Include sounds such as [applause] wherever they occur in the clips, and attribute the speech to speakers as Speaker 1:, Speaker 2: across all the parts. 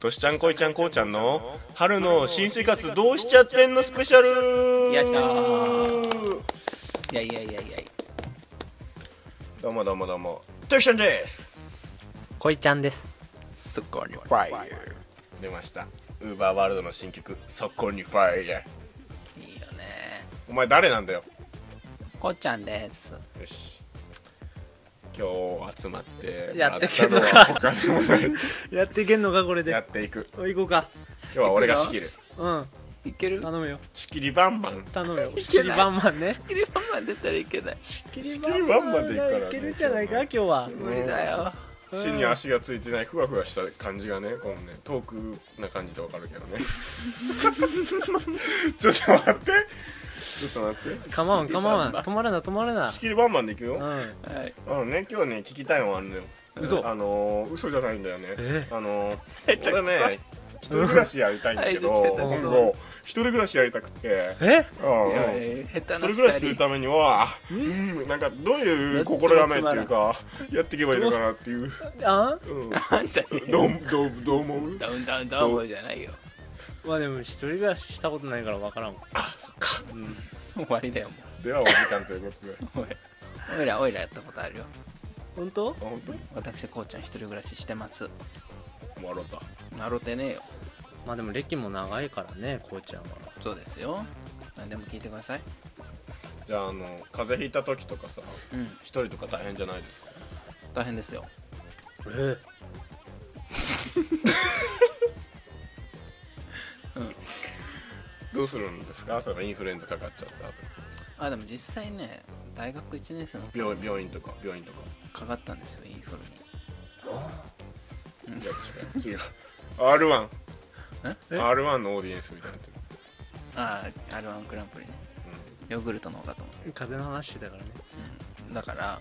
Speaker 1: としちゃんこいちゃんこうちゃんの春の新生活どうしちゃってんのスペシャル
Speaker 2: よいしょいやいやいやいや
Speaker 1: どうもどうもどうもとしちゃんです
Speaker 3: こいちゃんです
Speaker 2: そこに
Speaker 1: ファイヤー出ましたウーバーワールドの新曲「そこにファイヤー
Speaker 2: いいよね」
Speaker 1: お前誰なんだよ
Speaker 2: こうちゃんです
Speaker 1: よし今日集まって
Speaker 2: やってけん
Speaker 1: も
Speaker 2: の
Speaker 1: ら
Speaker 2: か
Speaker 1: ったのは他にもない
Speaker 3: やっていけんのかこれ
Speaker 1: や
Speaker 3: で
Speaker 1: っていく
Speaker 3: おい行こうか
Speaker 1: 今日は俺が仕切る
Speaker 3: うん
Speaker 2: いける
Speaker 3: 頼むよ
Speaker 1: 仕切りバンバン
Speaker 3: 頼
Speaker 1: [laughs]
Speaker 3: むよ
Speaker 2: い
Speaker 3: 仕切
Speaker 2: け
Speaker 3: り
Speaker 2: ない
Speaker 3: バンバンね
Speaker 2: 仕切りパンマン出たらいけない
Speaker 3: 仕
Speaker 1: りバンバンでいいからね
Speaker 3: いけるんじゃないか今日は
Speaker 2: 無理だよ
Speaker 3: うん
Speaker 1: 地に足がついてないふわふわした感じがねこのね遠くな感じでわかるけどね [laughs] ちょっと待ってちょっと待って
Speaker 3: かまわんかまわん
Speaker 2: 仕切りバン
Speaker 3: 止まるな止まるな
Speaker 1: 仕切りバンバンでいくよ、
Speaker 3: う
Speaker 1: あ
Speaker 3: ん
Speaker 2: はい
Speaker 1: のね今日ね聞きたいのはあるのよ
Speaker 3: 嘘
Speaker 1: あのー、嘘じゃないんだよね
Speaker 3: え
Speaker 1: あのー、
Speaker 2: 下手くそ
Speaker 1: 俺ね一人暮らしやりたいんだけど
Speaker 2: うん
Speaker 1: 今度一人暮らしやりたくて
Speaker 3: え
Speaker 1: うん
Speaker 2: いやいや下
Speaker 1: 一人
Speaker 2: 手な二
Speaker 1: 暮らしする
Speaker 2: 人
Speaker 1: ためにはうんなんかどういう心構えっていうかやっていけばいいのかなっていう、
Speaker 3: あ
Speaker 1: うん、
Speaker 2: あんじゃねえ
Speaker 1: ど
Speaker 2: よ
Speaker 1: うどうどう思う
Speaker 2: ダウンダウンダウンじゃないよ
Speaker 3: まあでも一人暮らししたことないからわからんわ
Speaker 1: あそっか
Speaker 3: うん
Speaker 2: 終わりだよも
Speaker 1: ではお時間ということであ
Speaker 2: うおいおいらおいらやったことあるよ
Speaker 3: 本当
Speaker 1: 本当に
Speaker 2: 私こうちゃん一人暮らししてます
Speaker 1: 終わろうと
Speaker 2: なろてねえよ
Speaker 3: まあでも歴も長いからねこうちゃんは
Speaker 2: そうですよ何でも聞いてください
Speaker 1: じゃああの風邪ひいた時とかさ
Speaker 2: うん
Speaker 1: 一人とか大変じゃないですか
Speaker 2: 大変ですよ
Speaker 3: え
Speaker 1: どうするんですかそのインフルエンザかかっちゃった後
Speaker 2: あでも実際ね大学1年生の時
Speaker 1: 病病院とか病院とか
Speaker 2: かかったんですよインフルに、うん
Speaker 1: いや違う違う R1
Speaker 2: え
Speaker 1: R1 のオーディエンスみたいになってる、
Speaker 2: ああ r 1グランプリねヨーグルトの方かと思う、
Speaker 3: 風の話だからね
Speaker 2: うん、だから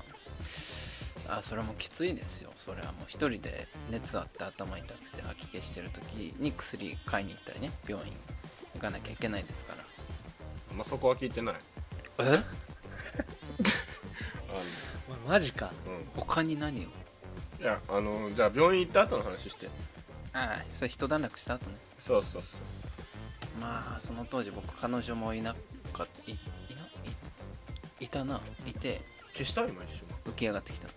Speaker 2: あそれもきついですよそれはもう一人で熱あって頭痛くて吐き気してる時に薬買いに行ったりね病院行かなきゃいけないですから
Speaker 1: うんまあ、そこは聞いてない
Speaker 2: え
Speaker 1: あ
Speaker 3: まマジか
Speaker 1: の、うん、
Speaker 2: 他に何を
Speaker 1: いやあのじゃあ病院行った後の話して
Speaker 2: ああそれ一段落した後ね
Speaker 1: そうそうそうそう
Speaker 2: まあその当時僕彼女もいなかいいないいたないて
Speaker 1: 消した今一瞬
Speaker 2: 浮き上がってきたの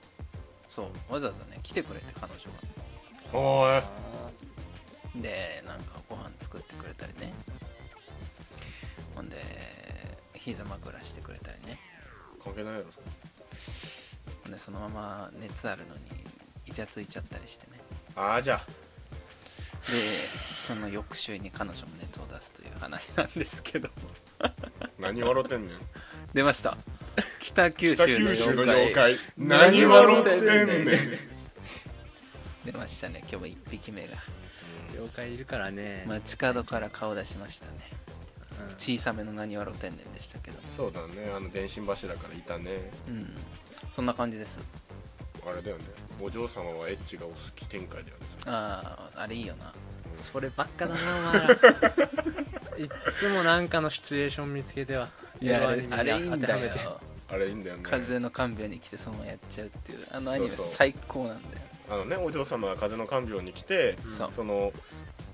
Speaker 2: そうわざわざね来てくれて彼女が
Speaker 1: おーい
Speaker 2: でなんかご飯作ってくれたりねほんで膝枕してくれたりね
Speaker 1: 関係ないやろそれ
Speaker 2: ほんでそのまま熱あるのにイチャついちゃったりしてね
Speaker 1: ああじゃあ
Speaker 2: でその翌週に彼女も熱を出すという話なんですけども
Speaker 1: [laughs] 何笑ってんねん
Speaker 2: 出ました北九州
Speaker 1: 北
Speaker 2: の
Speaker 1: 九州の
Speaker 2: 妖
Speaker 1: 妖
Speaker 2: 怪
Speaker 1: 怪何
Speaker 2: 何
Speaker 1: 笑
Speaker 2: 笑
Speaker 1: っ
Speaker 2: ってて
Speaker 1: んね
Speaker 2: んね
Speaker 1: ん
Speaker 2: ん
Speaker 1: う
Speaker 2: 出ましたね今日も1匹目が
Speaker 3: 妖怪いるからね、
Speaker 2: 街角から顔出しましたね
Speaker 3: うん
Speaker 2: 小さめの何わろ天然でしたけども
Speaker 1: んそうだねあの電信柱からいたね
Speaker 2: うんそんな感じです
Speaker 1: あれだよねお嬢様はエッチがお好き展開だよね
Speaker 2: あああれいいよな
Speaker 3: そればっかだな
Speaker 1: [laughs]
Speaker 3: お前らいっつもなんかのシチュエーション見つけてはい
Speaker 2: やあ
Speaker 3: 俺
Speaker 2: れ
Speaker 3: は
Speaker 2: あれいい
Speaker 3: アニメ
Speaker 2: ん
Speaker 3: に当ては
Speaker 2: だ
Speaker 3: め
Speaker 2: よ
Speaker 3: て
Speaker 1: あれいいんだよね
Speaker 2: 風邪の看病に来てそのままやっちゃうっていうあのアニメ
Speaker 1: そうそう
Speaker 2: 最高なんだよ
Speaker 1: あのねお嬢様が風邪の看病に来て、
Speaker 3: うん
Speaker 2: そう
Speaker 1: その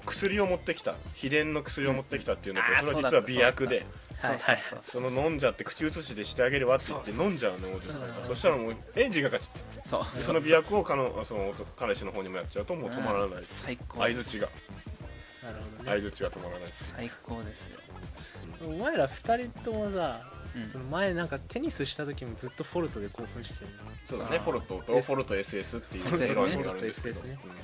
Speaker 1: 薬を持ってきた秘伝の薬を持ってきたっていうのと、
Speaker 2: うんあー
Speaker 1: それ
Speaker 2: そ
Speaker 1: は
Speaker 2: う
Speaker 1: 実
Speaker 2: だっ
Speaker 1: は
Speaker 2: た
Speaker 1: 媚薬で
Speaker 3: そう
Speaker 2: はいはいそう
Speaker 1: その飲んじゃって口移しでしてあげればって言って飲んじゃうねお嬢様が
Speaker 3: そうそうそう
Speaker 1: そしたらもうエンジンがかかっちゃっ
Speaker 2: そう
Speaker 1: てその媚薬を彼のその彼氏の方にもやっちゃうともう止まらない
Speaker 2: うん最高
Speaker 1: 相槌が
Speaker 3: なるほどね
Speaker 1: 相槌が止まらない
Speaker 2: 最高ですよ
Speaker 3: お前ら二人ともさ
Speaker 2: うん
Speaker 3: その前なんかテニスした時もずっとフォルトで興奮してるの
Speaker 1: そうだね
Speaker 2: あー
Speaker 1: フォルトとフォルト SS っていう
Speaker 2: SS ね
Speaker 1: ドラゴンがあるんですけど、
Speaker 3: フォルト SS ね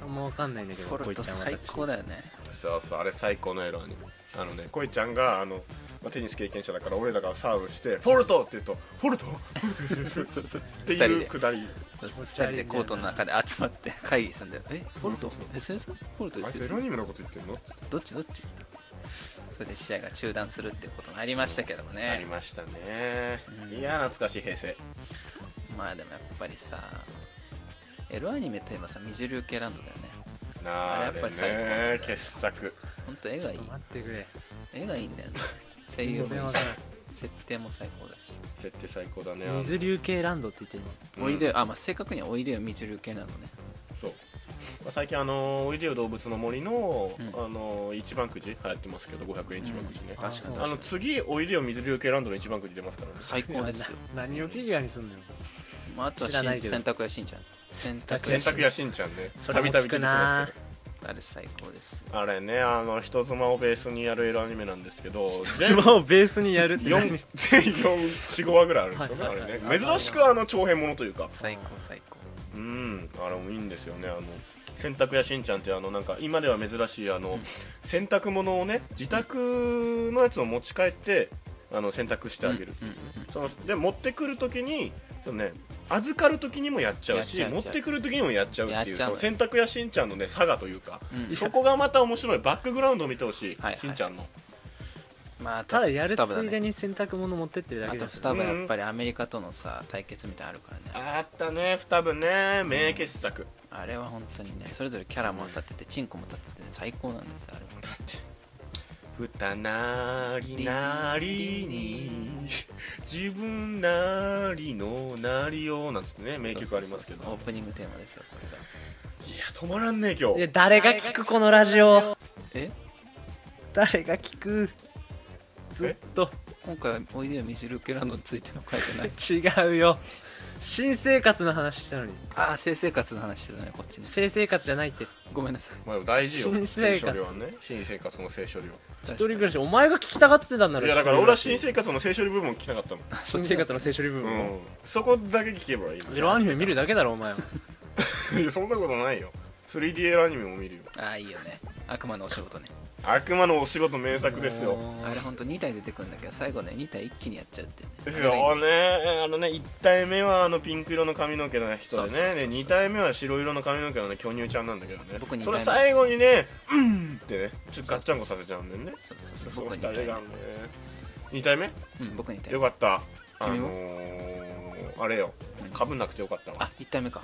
Speaker 3: あんまわかんないんだけど
Speaker 2: フォルト最高
Speaker 3: だ
Speaker 2: だよね
Speaker 1: うんそうそうあれ最高のエロにあのねこいちゃんがあのまあテニス経験者だから俺らがサーブして「フォルト!」って言うと「フォルトフォルト SS」
Speaker 2: そうそう
Speaker 1: って
Speaker 2: 二人
Speaker 1: いう
Speaker 2: で
Speaker 1: くだり
Speaker 2: そうそう
Speaker 3: 気持
Speaker 2: 二
Speaker 3: ち悪
Speaker 2: 人
Speaker 3: い
Speaker 2: で
Speaker 3: んだよな
Speaker 2: コートの中で集まって会議するんだよえフォルト
Speaker 1: そうそう
Speaker 2: SS? フォルト
Speaker 1: あいつエ
Speaker 2: SS?
Speaker 1: ロニメのこと言ってんのって
Speaker 2: どっちどっちそれで試合が中断するっていうことになりましたけどもね
Speaker 1: ましたね
Speaker 2: うん
Speaker 1: いや懐かしい平成
Speaker 2: まあでもやっぱりさエロアニメといえばさ水流系ランドだよね
Speaker 1: なあ
Speaker 2: あれやっぱり最高
Speaker 1: れね傑作
Speaker 2: ほんと絵
Speaker 3: ちょ
Speaker 2: が
Speaker 3: っ
Speaker 2: いい
Speaker 3: と待ってくれ
Speaker 2: 絵がいいんだよね声優もいいし設定も最高だし
Speaker 1: 設定最高だね
Speaker 3: 水流系ランドって言ってるの
Speaker 1: うん
Speaker 2: おいでよあまあ正確にはおいでよ水流系なのね
Speaker 1: そうまあ最近あのおいでよ動物の森の、
Speaker 2: うん
Speaker 1: あの一番くじ流行ってますけど500円一番くじね、
Speaker 2: うん確かに
Speaker 1: あの
Speaker 2: 確かに
Speaker 1: 次おいでよ水流系ランドの一番くじ出ますからね
Speaker 2: 最高ですよ、
Speaker 3: な何をフィギュアにすんのよ
Speaker 2: まあ、あとは
Speaker 3: 知らない
Speaker 2: し
Speaker 3: けど
Speaker 2: 洗濯やしんちゃん洗濯
Speaker 1: 洗
Speaker 2: やしん
Speaker 1: 濯やしんちゃんね
Speaker 3: そ
Speaker 1: た
Speaker 3: れ
Speaker 1: び
Speaker 3: も
Speaker 1: たび出て
Speaker 3: 聞く
Speaker 1: きま
Speaker 3: な
Speaker 1: すけ
Speaker 2: あれ最高です
Speaker 1: どあれねあの人妻をベースにやるエロアニメなんですけど
Speaker 3: スマをベースにやるって
Speaker 1: 全
Speaker 3: 何
Speaker 1: 445話ぐらいあるんですよね、
Speaker 3: はいはいはい
Speaker 1: あれね珍しくあの長編ものというか
Speaker 2: 最高最高
Speaker 1: うんあれもいいんですよねあの洗濯やしんちゃんってあのなんか今では珍しいあの、洗濯物をね自宅のやつを持ち帰ってあの洗濯してあげる、
Speaker 2: うんうん
Speaker 1: そので持ってくる時にそのね預かる時にもやっちゃうし
Speaker 2: やっちゃう
Speaker 1: 持ってくる時にもやっちゃうってい
Speaker 2: や
Speaker 1: う
Speaker 2: っちゃう
Speaker 1: その洗濯やしんちゃんのね差がというか、
Speaker 2: うんうん
Speaker 1: そこがまた面白いバックグラウンドを見てほしい、
Speaker 2: はいはい
Speaker 1: しんちゃんの
Speaker 2: まあ、あと
Speaker 3: ただやる
Speaker 2: 双葉だ
Speaker 3: つ
Speaker 2: ね
Speaker 3: いでに洗濯物持ってってるだ
Speaker 2: あ
Speaker 3: け
Speaker 2: と
Speaker 3: です
Speaker 2: 双葉やっぱりアメリカとのさ対決みたいなのあるからね
Speaker 1: あったね多分ね名傑作、
Speaker 2: あれは本当にねそれぞれキャラも立っててチンコも立ってて、ね、最高なんですよあれも
Speaker 1: ふたなりなりに自分なりのなりをなんつってね名曲ありますけ
Speaker 2: そうそうそう
Speaker 1: ど
Speaker 2: オープニングテーマですよこれが
Speaker 1: いや止まらんね今
Speaker 3: いや
Speaker 1: 日
Speaker 3: 誰が聞くこのラジオ
Speaker 2: え
Speaker 3: 誰が聞くずっと
Speaker 2: 今回はおいでよ水ルケランドについての回じゃない
Speaker 3: 違うよ新生活の話したのに
Speaker 2: ああ性生活の話してたねこっちね
Speaker 3: 性生活じゃないって
Speaker 2: ごめんなさい
Speaker 1: まあでも大事よ
Speaker 3: 新
Speaker 1: 聖
Speaker 3: 生活
Speaker 1: 書量はね新生活の聖書量
Speaker 3: 一人暮らしお前が聞きたがってたんだろ
Speaker 1: いやだから俺は
Speaker 3: 一人暮
Speaker 1: 新
Speaker 3: し
Speaker 1: 生活の聖書量部分聞きたかったもん、
Speaker 3: 新生活の聖書リブ
Speaker 1: う
Speaker 3: も
Speaker 1: ん、そこだけ聞けばいい
Speaker 3: ゼロアニメ見るだけだろお前は
Speaker 1: いやそんなことないよ 3D アニメも見るよ
Speaker 2: ああいいよね悪魔のお仕事ね
Speaker 1: 悪魔のお仕事名作ですよ
Speaker 3: もう
Speaker 2: あれほんと2体出てくるんだけど最後ね2体一気にやっちゃうっていうね
Speaker 1: です
Speaker 2: あれがい
Speaker 1: よ
Speaker 2: いん
Speaker 1: ねあのね1体目はあのピンク色の髪の毛の人で
Speaker 2: そうそうそう
Speaker 1: ね
Speaker 2: そう
Speaker 1: で2体目は白色の髪の毛の、ね、巨乳ちゃんなんだけどね
Speaker 2: 僕二
Speaker 1: そ
Speaker 2: 体目
Speaker 1: れ最後にね「うん」ってねちょっとガッチャンコさせちゃうんだよね
Speaker 2: ですそうそうそう
Speaker 1: その2
Speaker 2: 僕に
Speaker 1: 人
Speaker 2: 体
Speaker 1: がね2体目
Speaker 2: うん僕に体
Speaker 1: よかったあ
Speaker 2: 君
Speaker 1: の
Speaker 2: も
Speaker 1: ー、あれよ
Speaker 2: うん
Speaker 1: かぶんなくてよかったわ
Speaker 2: あ一1体目か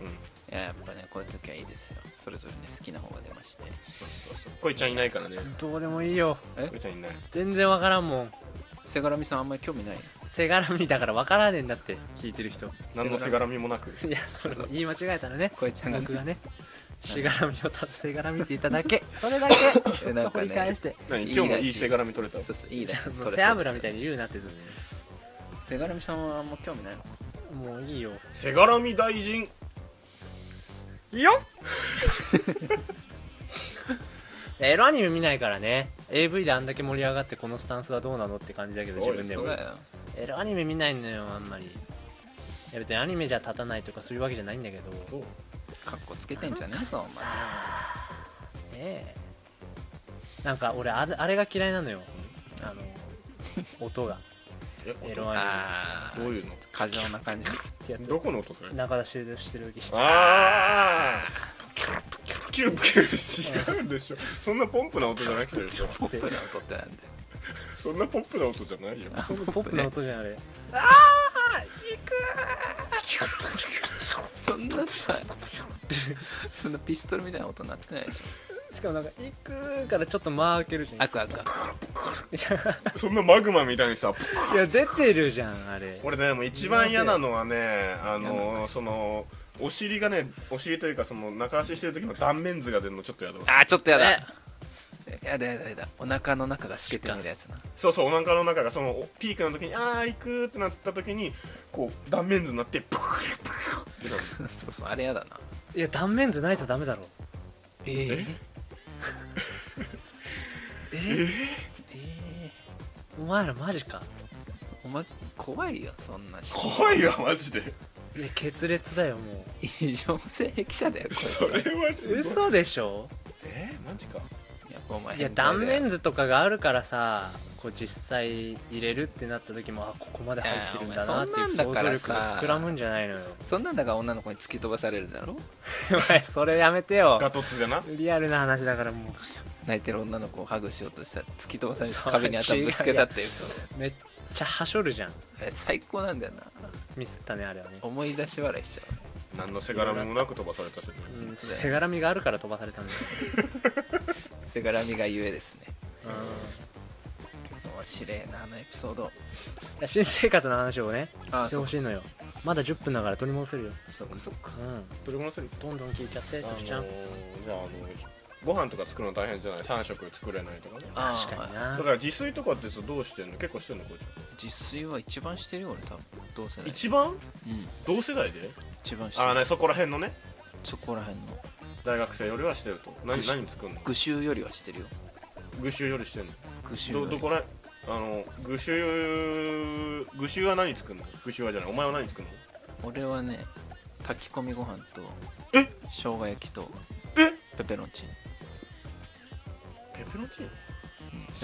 Speaker 1: うん
Speaker 2: いややっぱねこういう時はいいですよそれぞれね好きな方が出まして
Speaker 1: そうそうそう恋ちゃんいないからね
Speaker 3: どうでもいいよ
Speaker 1: 恋ちゃんいない
Speaker 3: 全然わからんもん
Speaker 2: せがらみさんあんまり興味ない
Speaker 3: せがらみだからわからねえんだって聞いてる人
Speaker 1: 何のせがらみもなく
Speaker 3: いやそれ言い間違えたらね
Speaker 2: こいちゃんが
Speaker 3: 僕がねしがらみを立つせがらみって言っただけそれだけずっと繰り返して
Speaker 1: 何
Speaker 2: いい
Speaker 1: 今日も
Speaker 2: らし
Speaker 1: い
Speaker 2: い
Speaker 1: いせがらみ取れた
Speaker 2: そうそういいだし
Speaker 3: もう背脂みたいに言うなってずっ
Speaker 2: せがらみさんはあんま興味ないのか
Speaker 3: ともういいよ
Speaker 1: せがらみ大臣
Speaker 3: よエロアニメ見ないからね AV であんだけ盛り上がってこのスタンスはどうなのって感じだけど
Speaker 1: そ
Speaker 3: 自
Speaker 1: うです
Speaker 3: 分
Speaker 2: そ
Speaker 3: でも
Speaker 2: うだよ
Speaker 3: エロアニメ見ないのよあんまりいや別にアニメじゃ立たないとかそういうわけじゃないんだけど
Speaker 2: かっこつけてんじゃねえぞお前
Speaker 3: ええなんか俺あれあれが嫌いなのよあの音がエロア
Speaker 2: あ
Speaker 1: どういうの
Speaker 2: 過剰な感じ
Speaker 3: ニメってや
Speaker 1: どこの音それ
Speaker 3: つ中田修了してる時
Speaker 1: ああキューキュー違うでしょそんなポンプな音じゃなくてでしょ
Speaker 2: ポップな音ってなんで
Speaker 1: そんなポップな音じゃないよ
Speaker 3: すごくポップな音じゃんあれ
Speaker 2: そんなさそんなピストルみたいな音なってないでしょ
Speaker 3: しかもなんか「行く」からちょっと間開けるじゃん
Speaker 2: あくあくあく
Speaker 1: そんなマグマみたいにさ
Speaker 3: いや出てるじゃんあれ
Speaker 1: 俺ねもう一番嫌なのはねあのそのお尻がねお尻というかその中足してる時の断面図が出るのちょっとやだわ
Speaker 2: あーちょっとやだやだやだやだお腹の中が透けて見えるやつな
Speaker 1: そうそうお腹の中がそのおピークの時にああ行くってなった時にこう断面図になってプクルプクルってなる
Speaker 2: そうそうあれやだない
Speaker 3: や断面図ないとダメだろ
Speaker 2: え
Speaker 3: えお前らマジか
Speaker 2: お前怖いよそんなし
Speaker 1: 怖いわマジで
Speaker 3: いや決裂だよも
Speaker 2: 異常性癖者だよこいつ
Speaker 1: それはす
Speaker 3: う
Speaker 1: ごい
Speaker 3: 嘘でしょ
Speaker 1: えーマジか
Speaker 2: やっぱお前
Speaker 3: いや
Speaker 2: 変態だよ
Speaker 3: 断面図とかがあるからさこう実際入れるってなった時もあここまで入ってるんだなっていう
Speaker 2: い
Speaker 3: 想
Speaker 2: や
Speaker 3: 像
Speaker 2: お前そんなんだ
Speaker 3: 力
Speaker 2: からさ
Speaker 3: が膨らむんじゃないのよ [laughs]
Speaker 2: そんなんだから女の子に突き飛ばされるだろ
Speaker 3: お前それやめてよ
Speaker 1: ガトツでな
Speaker 3: リアルな話だからも
Speaker 2: 泣いてる女の子をハグしようとしたら突き飛ばされて
Speaker 3: そう
Speaker 2: 壁に頭ぶつけたっていうそう
Speaker 3: うめっちゃはしょるじゃん
Speaker 2: あれ最高なんだよな
Speaker 3: ミスったねあれはね
Speaker 2: 思い出し笑いしちゃう
Speaker 1: 何のせがらみもなく飛ばされたしね
Speaker 3: うん
Speaker 2: 当だよ
Speaker 3: せがらみがあるから飛ばされたんだよ
Speaker 2: せがらみがゆえですね
Speaker 3: う
Speaker 2: 面白いなあのエピソード
Speaker 3: ん新生活の話をね
Speaker 2: あ
Speaker 3: してほしいのよまだ10分だから取り戻せるよ
Speaker 2: そっかそっか
Speaker 3: うん
Speaker 1: 取り戻せる
Speaker 3: どんどん聞いちゃって
Speaker 1: あの
Speaker 3: 時
Speaker 1: ー
Speaker 3: ちゃん
Speaker 1: じゃああのご飯とか作るの大変じゃない3食作れないとかね
Speaker 2: あー
Speaker 3: 確かにな
Speaker 1: だから自炊とかってどうしてんの結構してんのこうちゃ
Speaker 2: 自炊は一番してるよ俺多分同世
Speaker 1: ん
Speaker 2: 代
Speaker 1: 一番
Speaker 2: うん
Speaker 1: 同世代で
Speaker 2: 一番して
Speaker 1: ああ、
Speaker 2: る
Speaker 1: ね、そこら辺のね
Speaker 2: そこら辺の
Speaker 1: 大学生よりはしてると何
Speaker 2: ぐし
Speaker 1: 何作るの
Speaker 2: 具臭よりはしてるよ
Speaker 1: 具臭よりしてんの
Speaker 2: 具臭よ
Speaker 1: ど
Speaker 2: り
Speaker 1: どこらあの具臭具臭は何作るの具臭はじゃないお前は何作るの
Speaker 2: 俺はね炊き込みご飯と
Speaker 1: え
Speaker 2: 生姜焼きと
Speaker 1: え
Speaker 2: ペペロンチーノ
Speaker 1: ペペロンチー
Speaker 2: うん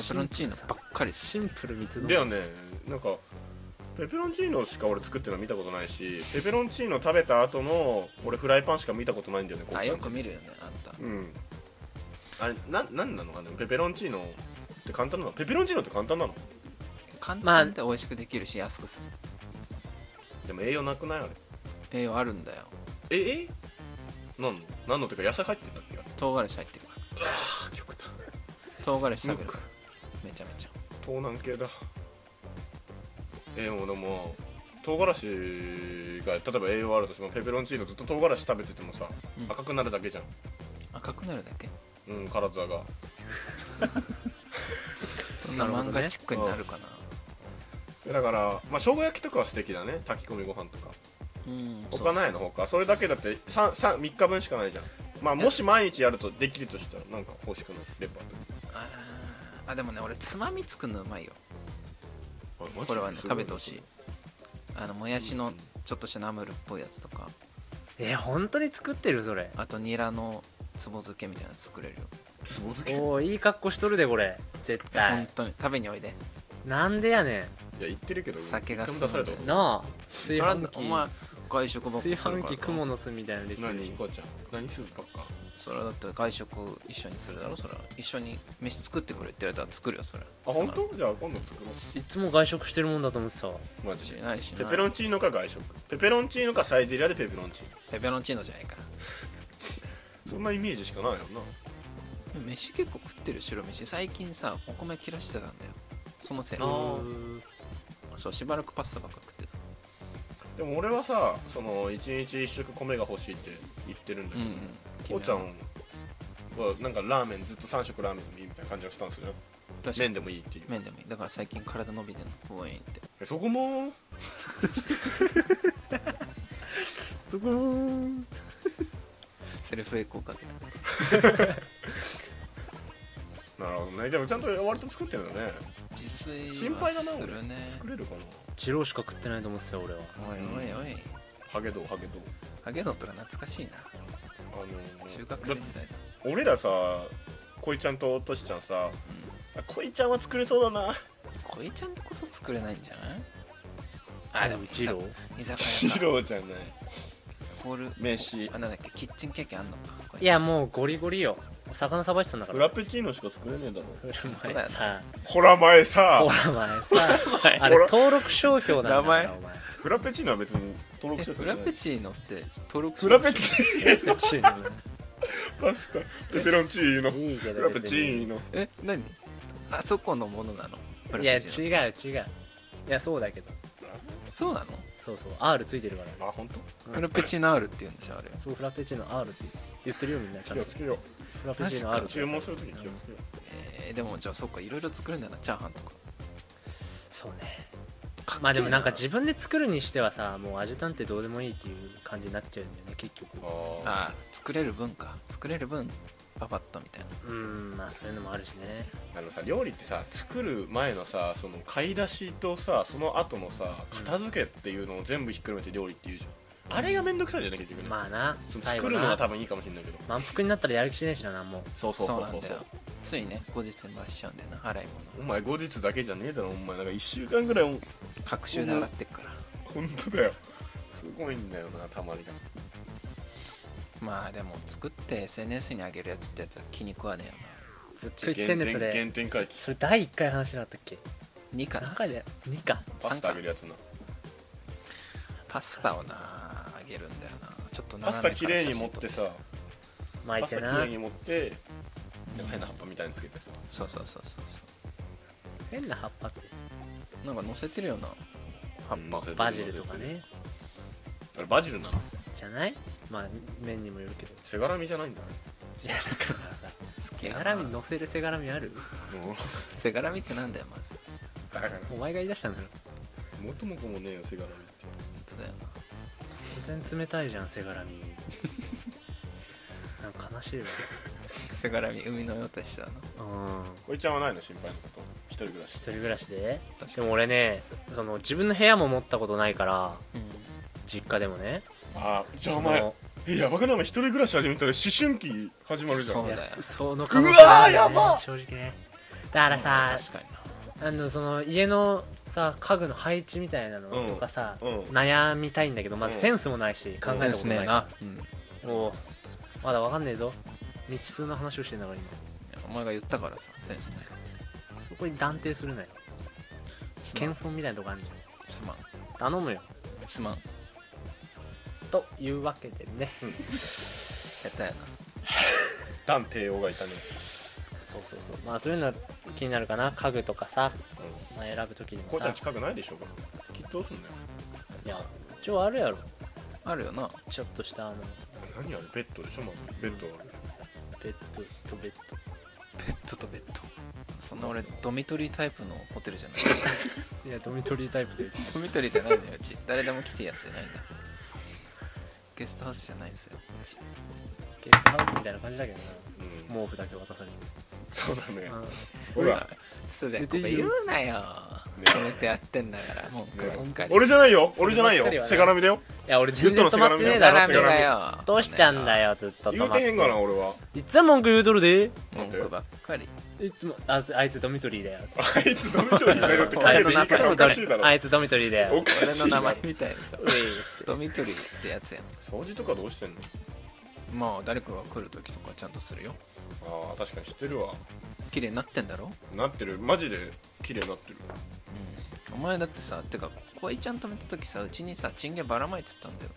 Speaker 2: ペペロンチーノばっかりです
Speaker 3: シンプル密
Speaker 1: ノ
Speaker 3: 度
Speaker 1: だよねなんかペペロンチーノしか俺作ってるの見たことないしペペロンチーノ食べた後の俺フライパンしか見たことないんだよねこうち
Speaker 2: あ
Speaker 1: ゃ
Speaker 2: よ
Speaker 1: んち
Speaker 2: く見るよねあんた
Speaker 1: うんあれななんなのかねペペロンチーノって簡単なのペペロンチーノって簡単なの
Speaker 2: 簡
Speaker 3: まあ
Speaker 2: 単で美味しくできるし安くする
Speaker 1: でも栄養なくないあれ
Speaker 2: 栄養あるんだよ
Speaker 1: ええなんのなんのっていうか野菜入ってたっけあれ
Speaker 2: 唐辛子入ってるから
Speaker 1: あ極端
Speaker 2: 唐辛子食べる
Speaker 1: む
Speaker 2: か
Speaker 1: く
Speaker 2: らめちゃめちゃ
Speaker 1: 東南系だえー、もうでも唐辛子が例えば栄養あるとしてもペペロンチーノずっと唐辛子食べててもさ、
Speaker 2: うん
Speaker 1: 赤くなるだけじゃん
Speaker 2: 赤くなるだけ
Speaker 1: うん体が
Speaker 2: そんな
Speaker 3: なるほど
Speaker 2: 漫
Speaker 3: ね
Speaker 2: 画チックになるかな
Speaker 1: でだからまあ生姜焼きとかは素敵だね炊き込みご飯とか
Speaker 2: うん
Speaker 1: 他ないの他それだけだって 3, 3, 3日分しかないじゃんまあもし毎日やるとできるとしたらなんか欲しくないレバーとか
Speaker 2: あーあでもね俺つまみ作るのうまいよ
Speaker 1: マジで
Speaker 2: これはね
Speaker 1: すご
Speaker 2: 食べてほしいあのもやし
Speaker 1: う
Speaker 2: の
Speaker 1: ん
Speaker 2: ちょっとしたナムルっぽいやつとか
Speaker 3: え本当に作ってるそれ
Speaker 2: あとニラのつぼ漬けみたいなの作れるよ
Speaker 1: つぼ漬けい
Speaker 3: おおいい格好しとるでこれ絶
Speaker 2: 本
Speaker 3: 対
Speaker 2: 当に食べにおいで
Speaker 3: なんでやね
Speaker 1: や言ってるけど
Speaker 2: 酒が
Speaker 1: 一回も出されたこと
Speaker 2: 進ん
Speaker 3: ん
Speaker 1: ない
Speaker 3: なあ
Speaker 2: そ
Speaker 3: 炊
Speaker 2: れは
Speaker 3: 飯器
Speaker 2: お前外食ばっかす
Speaker 3: 炊
Speaker 2: るから
Speaker 3: 飯器蜘蛛の巣みたいなのできてる
Speaker 1: 何こうちゃん何するばっか
Speaker 2: それはだって外食一緒にするだろそれは一緒に飯作ってくれって言われたら作るよそれ
Speaker 1: あ本当じゃあ今度作ろ
Speaker 3: いつも外食してるもんだと思ってたわ
Speaker 1: うマ
Speaker 2: し
Speaker 1: ジで
Speaker 2: ないしない
Speaker 1: ペペロンチーノか外食ペペロンチーノかサイゼリアでペペロンチー
Speaker 2: ペペロンチーノじゃないか
Speaker 1: ノそんなイメージしかないよな
Speaker 2: 飯結構食ってる白飯最近さお米切らしてたんだよそのせい
Speaker 1: あー
Speaker 2: そうしばらくパスタばっか食ってた
Speaker 1: でも俺はさその一日一食米が欲しいって言ってるんだ
Speaker 2: うん
Speaker 1: けど、こう
Speaker 2: うん
Speaker 1: ちゃんはなんかラーメンずっと3食ラーメンでもいいみたいな感じのスタンスじゃん
Speaker 2: 確かに
Speaker 1: 麺でもいいっていう
Speaker 2: 麺でもいいだから最近体伸びてんの応援って
Speaker 1: えそこ
Speaker 2: [laughs]
Speaker 1: も
Speaker 3: そこー
Speaker 2: セルフエコーかけた
Speaker 1: なるほどねでもちゃんと割と作ってるんだね
Speaker 2: 自炊は
Speaker 1: 心配だな
Speaker 2: す
Speaker 1: 俺
Speaker 2: るね
Speaker 1: 作れるかな
Speaker 3: チローしか食ってないと思ってたよ俺は
Speaker 2: おいおいおい
Speaker 1: ハゲドウハゲドウ
Speaker 2: ハゲドとか懐かしいな
Speaker 1: あのー
Speaker 2: 中学生
Speaker 1: だ
Speaker 2: 時代だ
Speaker 1: 俺らさこいちゃんととしちゃんさあこいちゃんは作れそうだな
Speaker 2: こいちゃんとこそ作れないんじゃない
Speaker 3: あでもチロー
Speaker 1: [laughs]
Speaker 2: 居酒
Speaker 1: ヒ
Speaker 2: 屋か
Speaker 1: ロじゃない
Speaker 2: ホール
Speaker 1: 飯
Speaker 2: あなんだっけキッチン経験あんのかこれ
Speaker 3: いやもうゴリゴリよお魚さばしてたんだか
Speaker 1: フ
Speaker 3: ら
Speaker 1: ラペチーノしか作れねえだろ
Speaker 3: お前さ
Speaker 1: ほら前さ
Speaker 3: ほらお前さ
Speaker 2: 前
Speaker 3: あれ登録商標なんだか
Speaker 2: 名
Speaker 3: らお前
Speaker 1: フラペチーノは別に登
Speaker 2: え
Speaker 1: 録して
Speaker 2: フ
Speaker 1: る
Speaker 2: ラ
Speaker 1: か
Speaker 2: ペ
Speaker 1: ら
Speaker 2: チーノって登録
Speaker 1: フラペチー
Speaker 3: チーノ
Speaker 1: ノパスタペペロンチーノフ
Speaker 3: いいけど
Speaker 1: ラペチーノ
Speaker 2: え何あそこのものなのフラ
Speaker 3: いや
Speaker 2: ペ
Speaker 3: 違
Speaker 2: チーノ
Speaker 3: う違ういやそうだけど
Speaker 2: そうなの
Speaker 3: そうそう R ついてるから
Speaker 1: あ本当
Speaker 2: フラペチーノールって言うんでしょあれ
Speaker 3: そうフラペチーノ R って言ってるよみんなちゃん
Speaker 1: 気を
Speaker 3: と
Speaker 1: つけよ
Speaker 3: フラペチーノ
Speaker 2: マジ
Speaker 3: R
Speaker 2: か
Speaker 1: う注文するとき気をつけよ
Speaker 2: えーでもじゃあそっかいろいろ作るんだなチャーハンとか
Speaker 3: そうね
Speaker 2: かっけえ
Speaker 3: まあでもなんか自分で作るにしてはさもう味なんてどうでもいいっていう感じになっちゃうんだよね結局
Speaker 1: うあ
Speaker 2: ああ作れる分か作れる分パパッとみたいな
Speaker 3: うーんまあそういうのもあるしね
Speaker 1: あのさ料理ってさ作る前のさその買い出しとさその後のさ片付けっていうのを全部ひっくるめて料理っていうじゃんあれがめんどくさいじゃんね結局ね、
Speaker 3: まあな
Speaker 1: その
Speaker 3: 最後
Speaker 1: 作るのは
Speaker 3: な
Speaker 1: 多分いいかもしれないけど
Speaker 3: 満腹になったらやる気しねえしななんも
Speaker 1: そうそうそうそう
Speaker 2: なんだ
Speaker 1: そ
Speaker 2: よ
Speaker 1: う
Speaker 2: ついね後日に回しちゃうんだよな洗い
Speaker 1: お前後日だけじゃねえだろお前なんか1週間ぐらい
Speaker 2: 物隔週で洗ってっから
Speaker 1: 本当だよすごいんだよなたまりが
Speaker 2: まあでも作って SNS に上げるやつってやつは気に食わねえよ
Speaker 3: ずっと言ってんねそれ
Speaker 1: 原点回帰
Speaker 3: それ第1回話しなかったっけ
Speaker 2: な2かな
Speaker 3: 何回だよ2か
Speaker 1: パスタあげるやつな
Speaker 2: パスタをなあげるんだよなちょっと
Speaker 1: パ
Speaker 2: 斜
Speaker 1: ス
Speaker 2: め
Speaker 1: タ綺麗に持っ
Speaker 2: から
Speaker 1: て
Speaker 2: 写真撮
Speaker 1: さ
Speaker 3: 巻い
Speaker 1: パス
Speaker 3: て
Speaker 1: タ綺
Speaker 3: な
Speaker 1: 麗に持って
Speaker 2: うん
Speaker 1: 変な葉っぱみたいにつけてさ
Speaker 2: そうそうそうそうそ
Speaker 3: 変な葉っぱって
Speaker 2: うなんか乗せてるよな葉っぱ
Speaker 1: うん
Speaker 3: バジルとかね
Speaker 1: あれバジルなの
Speaker 3: じゃないまあ麺にもよるけど
Speaker 1: せがらみじゃないんだね
Speaker 3: いやだからさ
Speaker 2: 好き
Speaker 3: せ
Speaker 2: やな
Speaker 3: がらみ乗せるせがらみある
Speaker 1: [laughs] も
Speaker 2: せがらみってなんだよまず
Speaker 1: う
Speaker 3: お前が言い出したんだろ
Speaker 1: もともこもねえよせがらみって
Speaker 2: 本当だよな
Speaker 3: 突然冷たいじゃんせが
Speaker 1: [laughs]
Speaker 3: らみなんか悲しいわ
Speaker 2: せがらみ海のようでしたの
Speaker 3: うん
Speaker 1: こいちゃんはないの心配なこと一人暮らし
Speaker 3: 一人暮らしで
Speaker 2: 確
Speaker 3: でも俺ねその自分の部屋も持ったことないから
Speaker 2: うん
Speaker 3: 実家でもね
Speaker 1: ああじゃあお
Speaker 3: そ
Speaker 1: 前
Speaker 3: の
Speaker 1: えやばくないお前一人暮らし始めたら思春期始まるじゃん
Speaker 2: そうだよ
Speaker 3: いやその
Speaker 1: うわー
Speaker 3: はあるよね
Speaker 1: やばっ
Speaker 3: 正直ねだからさ、
Speaker 2: 確かにな
Speaker 3: あのその家のさ家具の配置みたいなのとかさ、
Speaker 1: うん
Speaker 3: 悩みたいんだけどまずセンスもないし、考えたことないから、
Speaker 2: うん
Speaker 3: おうまだわかんねえぞ未知数の話をしてんだから今
Speaker 2: お前が言ったからさセンスない
Speaker 3: そこに断定するなよ
Speaker 2: すまん
Speaker 3: 謙遜みたいなとこあるじ
Speaker 2: すまん
Speaker 3: ゃん頼むよ
Speaker 2: すまんや
Speaker 3: というわけでね
Speaker 2: ったやな
Speaker 1: 断定王がいたね
Speaker 3: そうそうそうまあそういうのは気になるかな家具とかさ、
Speaker 1: う
Speaker 3: まあ、選ぶ時に
Speaker 1: んこ
Speaker 3: も
Speaker 1: うちゃ
Speaker 3: さ
Speaker 1: ん近くないでしょうかきっとどうすんだよ
Speaker 3: いや一応あるやろ
Speaker 2: あるよな
Speaker 3: ちょっとしたあの
Speaker 1: 何あれベッドでしょまずベッドある
Speaker 3: ベッドとベッド
Speaker 2: ベッドとベッドそんな俺ドミトリータイプのホテルじゃない [laughs]
Speaker 3: いやドミトリータイプで
Speaker 2: ドミトリーじゃないのようち誰でも来てやつじゃないんだゲストハウスじゃないですようち
Speaker 3: ゲストハウスみたいな感じだけど
Speaker 1: うん
Speaker 3: な毛布だけ渡される、
Speaker 1: そうだねほ
Speaker 2: ほ
Speaker 1: ら
Speaker 2: らつべこべ言うなよ
Speaker 1: ね
Speaker 2: これってやってんだからもう
Speaker 1: ね
Speaker 2: こんかり
Speaker 1: 俺じゃないよ俺じゃないよ
Speaker 3: そればっかりはね
Speaker 1: せがらみだよ
Speaker 3: いや俺全然止まってねえ
Speaker 2: せが
Speaker 3: だろ
Speaker 2: ら
Speaker 3: そ
Speaker 2: み
Speaker 3: れ
Speaker 2: だよ
Speaker 3: どうしちゃうんだ
Speaker 2: よ
Speaker 3: よずっと
Speaker 1: 言
Speaker 3: 止
Speaker 1: う
Speaker 3: まってて
Speaker 1: へんかな俺はい
Speaker 3: つも文句言うとるで
Speaker 2: 文句ばっかり
Speaker 3: いつもああいつドミトリ
Speaker 1: [laughs]
Speaker 3: ーだよ
Speaker 1: あいつドミトリーだよって彼の言い方おかしいだろ
Speaker 3: あいつドミトリーだ
Speaker 1: お
Speaker 3: [laughs] よ
Speaker 1: か
Speaker 2: 俺
Speaker 1: し
Speaker 2: の
Speaker 1: いだ
Speaker 2: 名
Speaker 1: ろ
Speaker 2: 前みたいでさ
Speaker 3: ウェイ
Speaker 2: ドミトリーってやつやん
Speaker 1: 掃除とかどうしてんの
Speaker 2: まあ誰かが来る時とかちゃんとするよ
Speaker 1: ああ確かに知ってるわ
Speaker 2: 綺麗になってんだろ、
Speaker 1: なってるマジで綺麗になってる
Speaker 2: お前だってさてか小井ちゃんとめた時さうちにさチンゲばらまいてたんだよ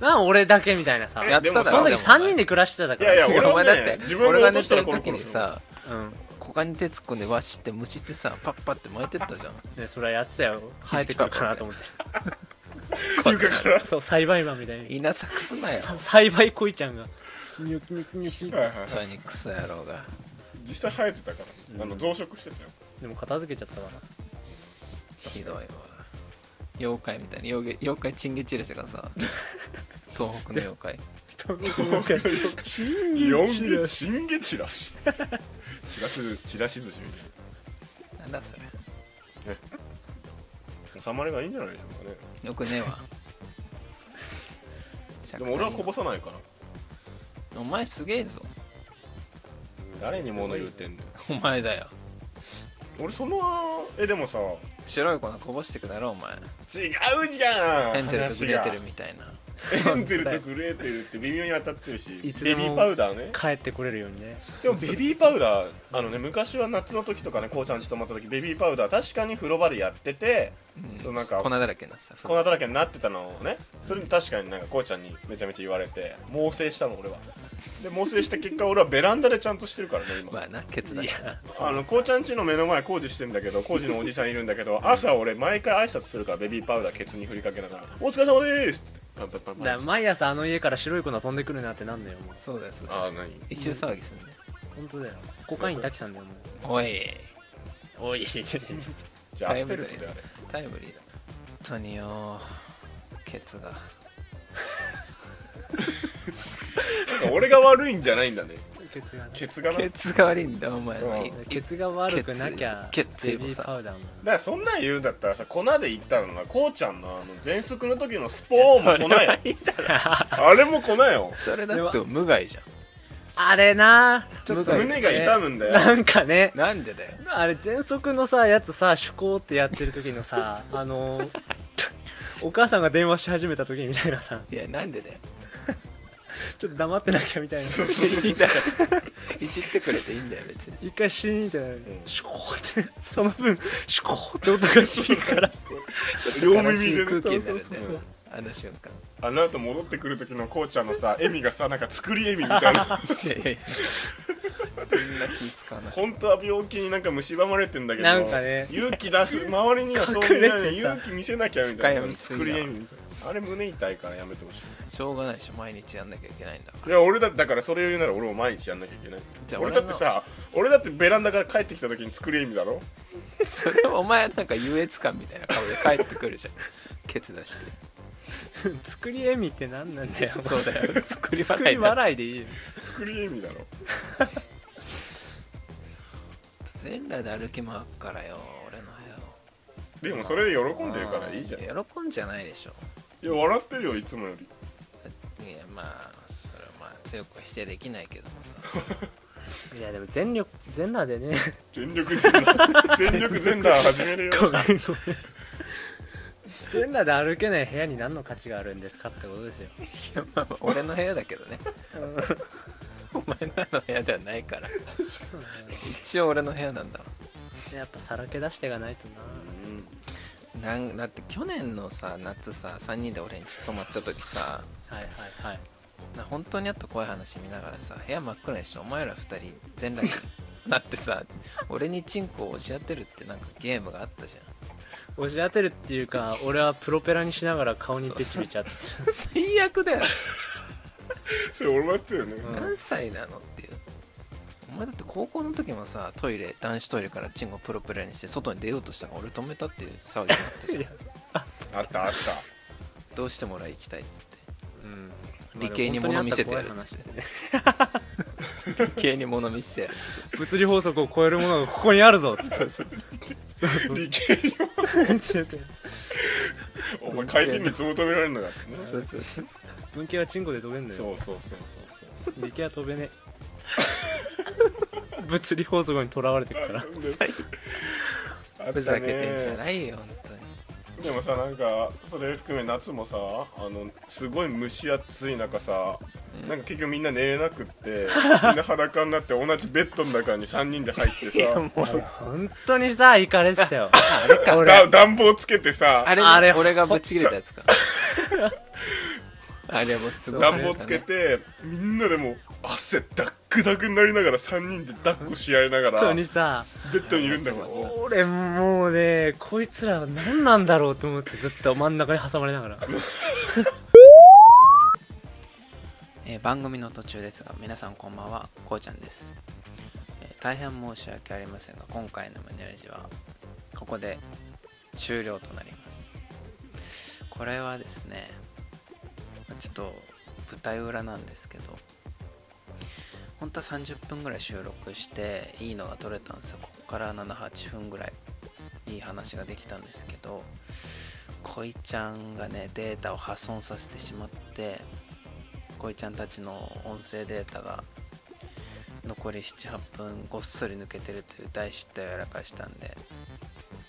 Speaker 3: なん俺だけみたいなさ
Speaker 1: え
Speaker 2: やった
Speaker 1: で
Speaker 2: だ
Speaker 1: も
Speaker 2: ろ
Speaker 3: その時3人
Speaker 2: で
Speaker 3: で暮らしてたか
Speaker 1: いやいや
Speaker 3: ら
Speaker 1: 俺はね
Speaker 2: お前だって
Speaker 1: 自分が
Speaker 2: 俺
Speaker 1: 落
Speaker 2: が
Speaker 1: と
Speaker 2: 寝
Speaker 1: した
Speaker 2: て
Speaker 1: ら
Speaker 2: る時にさ
Speaker 3: うん
Speaker 2: 股間に手突っ込んでわしって虫ってさパッパって巻いてったじゃん
Speaker 3: ねそれはやってたよ生えてくるかなと思って
Speaker 1: 床から
Speaker 3: そう栽培マンみたいに
Speaker 2: 稲作すなよ
Speaker 3: さ栽培こいちゃんがニョキニョキニョキ
Speaker 1: はいはいはい
Speaker 2: 本当にクソ野郎が
Speaker 1: 実際生えてたから、
Speaker 3: うん
Speaker 1: あの増殖してたよ
Speaker 3: でも片付けちゃったか
Speaker 2: ひどいわ妖怪みたいに妖怪妖怪チンゲチレしたか
Speaker 1: [laughs]
Speaker 2: らさ東北の妖怪
Speaker 3: らチン
Speaker 1: 四
Speaker 3: チラ
Speaker 1: ゲチンゲチラシチラシチラシ寿司みた
Speaker 2: なんだそれ
Speaker 1: いな収まりがいいんじゃないでしょうかね
Speaker 2: よくねえわ
Speaker 1: でも俺はこぼさないから
Speaker 2: お前すげえぞ
Speaker 1: 誰に物言うてんねん
Speaker 2: お前だよ
Speaker 1: 俺そのえでもさ
Speaker 2: 白い粉こぼしてくだろお前
Speaker 1: 違うじゃん
Speaker 2: エンゼルとグレーテル
Speaker 1: 話
Speaker 2: みたいな
Speaker 1: がエンゼルとグレーテルって微妙に当たってるしベビ
Speaker 3: いつでも
Speaker 1: ーパウダーね
Speaker 3: 帰ってこれるようにね
Speaker 1: でもベビーパウダーあのね昔は夏の時とかねこうちゃんち泊まった時ベビーパウダー確かに風呂場でやってて
Speaker 2: うん
Speaker 1: そうなんか
Speaker 2: 粉だらけなさ
Speaker 1: 粉だらけになってたのをねそれに確かになんかこうちゃんにめちゃめちゃ言われて猛省したの俺はで猛省した結果俺はベランダでちゃんとしてるからね今、
Speaker 2: まあなケツだ
Speaker 3: い
Speaker 2: し
Speaker 3: や
Speaker 1: あのこうちゃんちの目の前工事してんだけど工事のおじさんいるんだけど朝俺毎回挨拶するからベビーパウダーケツに振りかけながら「お疲れ様でーす」ってパンパンパン
Speaker 3: だか
Speaker 1: パン
Speaker 3: ら毎朝あの家から白い粉飛んでくるなってなんだよもう
Speaker 2: そうだよそうだよ
Speaker 1: ああ何
Speaker 2: 一周騒ぎすんね
Speaker 3: 本当だよコカイン炊きさんだよもう
Speaker 2: おい
Speaker 3: おい
Speaker 1: じゃあアスフェルトであれ
Speaker 2: タイムリーだ本当によケツが
Speaker 1: なんか俺が悪いんじゃないんだね
Speaker 3: ケツがね
Speaker 1: ケツがなだ
Speaker 2: ケ
Speaker 1: か
Speaker 2: ツが悪いんだお前の
Speaker 1: うん
Speaker 3: ケツが悪くなきゃ
Speaker 2: ケツ
Speaker 3: ベビーパウダーも
Speaker 1: らそんなん言うんだったらさ粉で言ったのなこうちゃんのあの喘息の時のスポーンも粉
Speaker 2: それ
Speaker 1: よ
Speaker 2: はいいだろ
Speaker 1: あれも粉よ
Speaker 2: それだって無害じゃん
Speaker 3: あれな
Speaker 2: ちょっと
Speaker 1: 胸が痛むんだよ
Speaker 3: なんかね
Speaker 2: なんでだよ
Speaker 3: あれ喘息のさやつさ趣向ってやってる時のさ [laughs] あのーお母さんが電話し始めた時みたいなさ
Speaker 2: いやなんでだよ
Speaker 3: ちょっと黙ってなきゃみたいな
Speaker 1: そうそうそうそう
Speaker 2: いじってくれていいんだよ別に
Speaker 3: 一回シーンってなる
Speaker 1: ん
Speaker 3: シュコーってその分シュコーって音が響くから
Speaker 1: 両
Speaker 2: 悲
Speaker 1: 耳
Speaker 2: し
Speaker 1: で
Speaker 2: い
Speaker 1: ね
Speaker 2: 空気になるん
Speaker 3: そ
Speaker 2: だ
Speaker 3: うそう
Speaker 2: よ
Speaker 3: そうそう
Speaker 2: あの瞬間
Speaker 1: あの後戻ってくる時のこうちゃんのさ笑みがさなんか作り笑みみたいない
Speaker 2: やいやいやみんな気使わない
Speaker 1: 本当は病気になんか蝕まれてんだけど
Speaker 3: なんかね
Speaker 1: 勇気出す周りにはそう見られない
Speaker 3: 隠れてさ
Speaker 1: 勇気見せなきゃみたいな
Speaker 2: 深読みすんな
Speaker 1: 作り笑みみたいあれ胸痛いからやめてほしい
Speaker 2: しょうがないでしょ毎日やんなきゃいけないんだから
Speaker 1: いや俺だだからそれを言うなら俺も毎日やんなきゃいけない
Speaker 2: じゃあ
Speaker 1: 俺
Speaker 2: 俺
Speaker 1: だ
Speaker 2: の
Speaker 1: ってさ俺だってベランダから帰ってきた時に作る意味だろ
Speaker 2: それお前なんか優越感みたいな顔で帰ってくるじゃんケツ出して
Speaker 3: 作り笑みって何なんだよ
Speaker 2: そうだよ作り
Speaker 3: 作
Speaker 2: 笑
Speaker 3: り
Speaker 2: いだ
Speaker 3: 笑いでいいよ
Speaker 1: 作り意味だろ
Speaker 2: 全裸で歩き回るからよ俺の部屋を
Speaker 1: でもそれで喜んでるからいいじゃんい
Speaker 2: あー喜んじゃないでしょ
Speaker 1: や笑ってるよいつもより
Speaker 2: いやまあそれはまあ強くは否定できないけどもさ
Speaker 3: いやでも全力全裸でね
Speaker 1: 全力全裸全力全裸始めるよ
Speaker 3: [laughs] ごめんごめん全裸で歩けない部屋に何の価値があるんですかってことですよ
Speaker 2: いやまあまあ俺の部屋だけどねお前らの部屋ではないから一応俺の部屋なんだろ
Speaker 3: やっぱさらけ出していかないとな
Speaker 1: うん
Speaker 2: なんだって去年のさ夏さ3人で俺ん家泊まった時さ
Speaker 3: はいはいはい
Speaker 2: な本当にあった怖い話見ながらさ部屋真っ暗にしてお前ら2人全裸になってさ俺にチンコを押し当てるってなんかゲームがあったじゃ
Speaker 3: 押し当てるっていうか俺はプロペラにしながら顔にペチペチ当て
Speaker 2: ん最悪だよ
Speaker 1: それ俺もやってるよね、
Speaker 3: うん
Speaker 2: 何歳なのっていうお前だって高校の時もさトイレ男子トイレからチンコプロペラにして外に出ようとしたから俺止めたっていう騒ぎがあった [laughs] じゃん
Speaker 1: あったあっ
Speaker 2: どうしても俺は行きたいっつって
Speaker 3: うん
Speaker 2: 理系に物見せてやるっつって理系に物見せてやるっつっ
Speaker 3: 物理法則を超えるものがここにあるぞっつって
Speaker 1: たそうそうそう理系よお前回転率求められるのがあってね
Speaker 2: てそうそうそう
Speaker 3: 文系はチンコで飛べんの
Speaker 1: そ
Speaker 3: よ
Speaker 1: うそうそうそうそう
Speaker 3: 理系は飛べねえ物理法則にとらわれて [laughs] くから
Speaker 2: 最
Speaker 1: あったね
Speaker 2: ふざけてんじゃないよ本当に
Speaker 1: でもさなんかそれ含め夏もさあのすごい蒸し暑い中さなんか結局みんな寝れなく
Speaker 2: [laughs]
Speaker 1: ってみんな裸になって同じベッドの中に3人で入って
Speaker 2: いやも
Speaker 1: さ
Speaker 2: う
Speaker 3: 本当にさイカれてたよ
Speaker 2: あれか
Speaker 1: だ暖房つけて
Speaker 2: あ
Speaker 1: さ
Speaker 2: れ
Speaker 3: あれ
Speaker 2: 俺がぶち切れたやつか
Speaker 1: [laughs]
Speaker 2: あれもすごい
Speaker 1: 暖房つけてみんなでもう汗ダックダクになりながら3人で抱っこし合いなが
Speaker 3: 本当
Speaker 1: ら
Speaker 3: に
Speaker 1: ベ
Speaker 3: さ
Speaker 1: ッドにいるんだけ
Speaker 2: そうだ
Speaker 1: ど
Speaker 3: 俺もうねこいつら何なんだろうと思ってずっと真ん中に挟まれながら
Speaker 2: えー番組の途中ですが皆さんこんばんはこうちゃんです、えー大変申し訳ありませんが今回の「ムネラジ」はここで終了となりますこれはですねまあちょっと舞台裏なんですけど本当は30分ぐらい収録していいのが撮れたんですよここから78分ぐらいいい話ができたんですけどこいちゃんがねデータを破損させてしまってこいちゃんたちの音声データが残り78分ごっそり抜けてるという大失態をやらかしたんで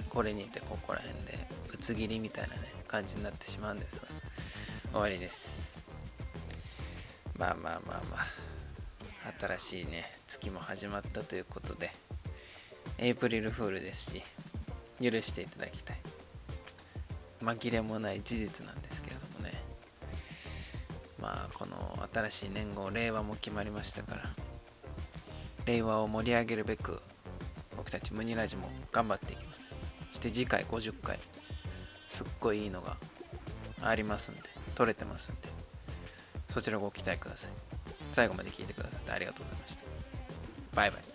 Speaker 2: これにてここら辺でぶつ切りみたいなね感じになってしまうんですが終わりですまあまあまあまあ新しいね月も始まったということでエイプリルフールですし許していただきたい紛れもない事実なんですけれどもねまあこの新しい年号令和も決まりましたから令和を盛り上げるべく僕たちムニラジも頑張っていきますそして次回50回すっごいいいのがありますんで撮れてますんでそちらご期待ください最後まで聞いてくださってありがとうございましたバイバイ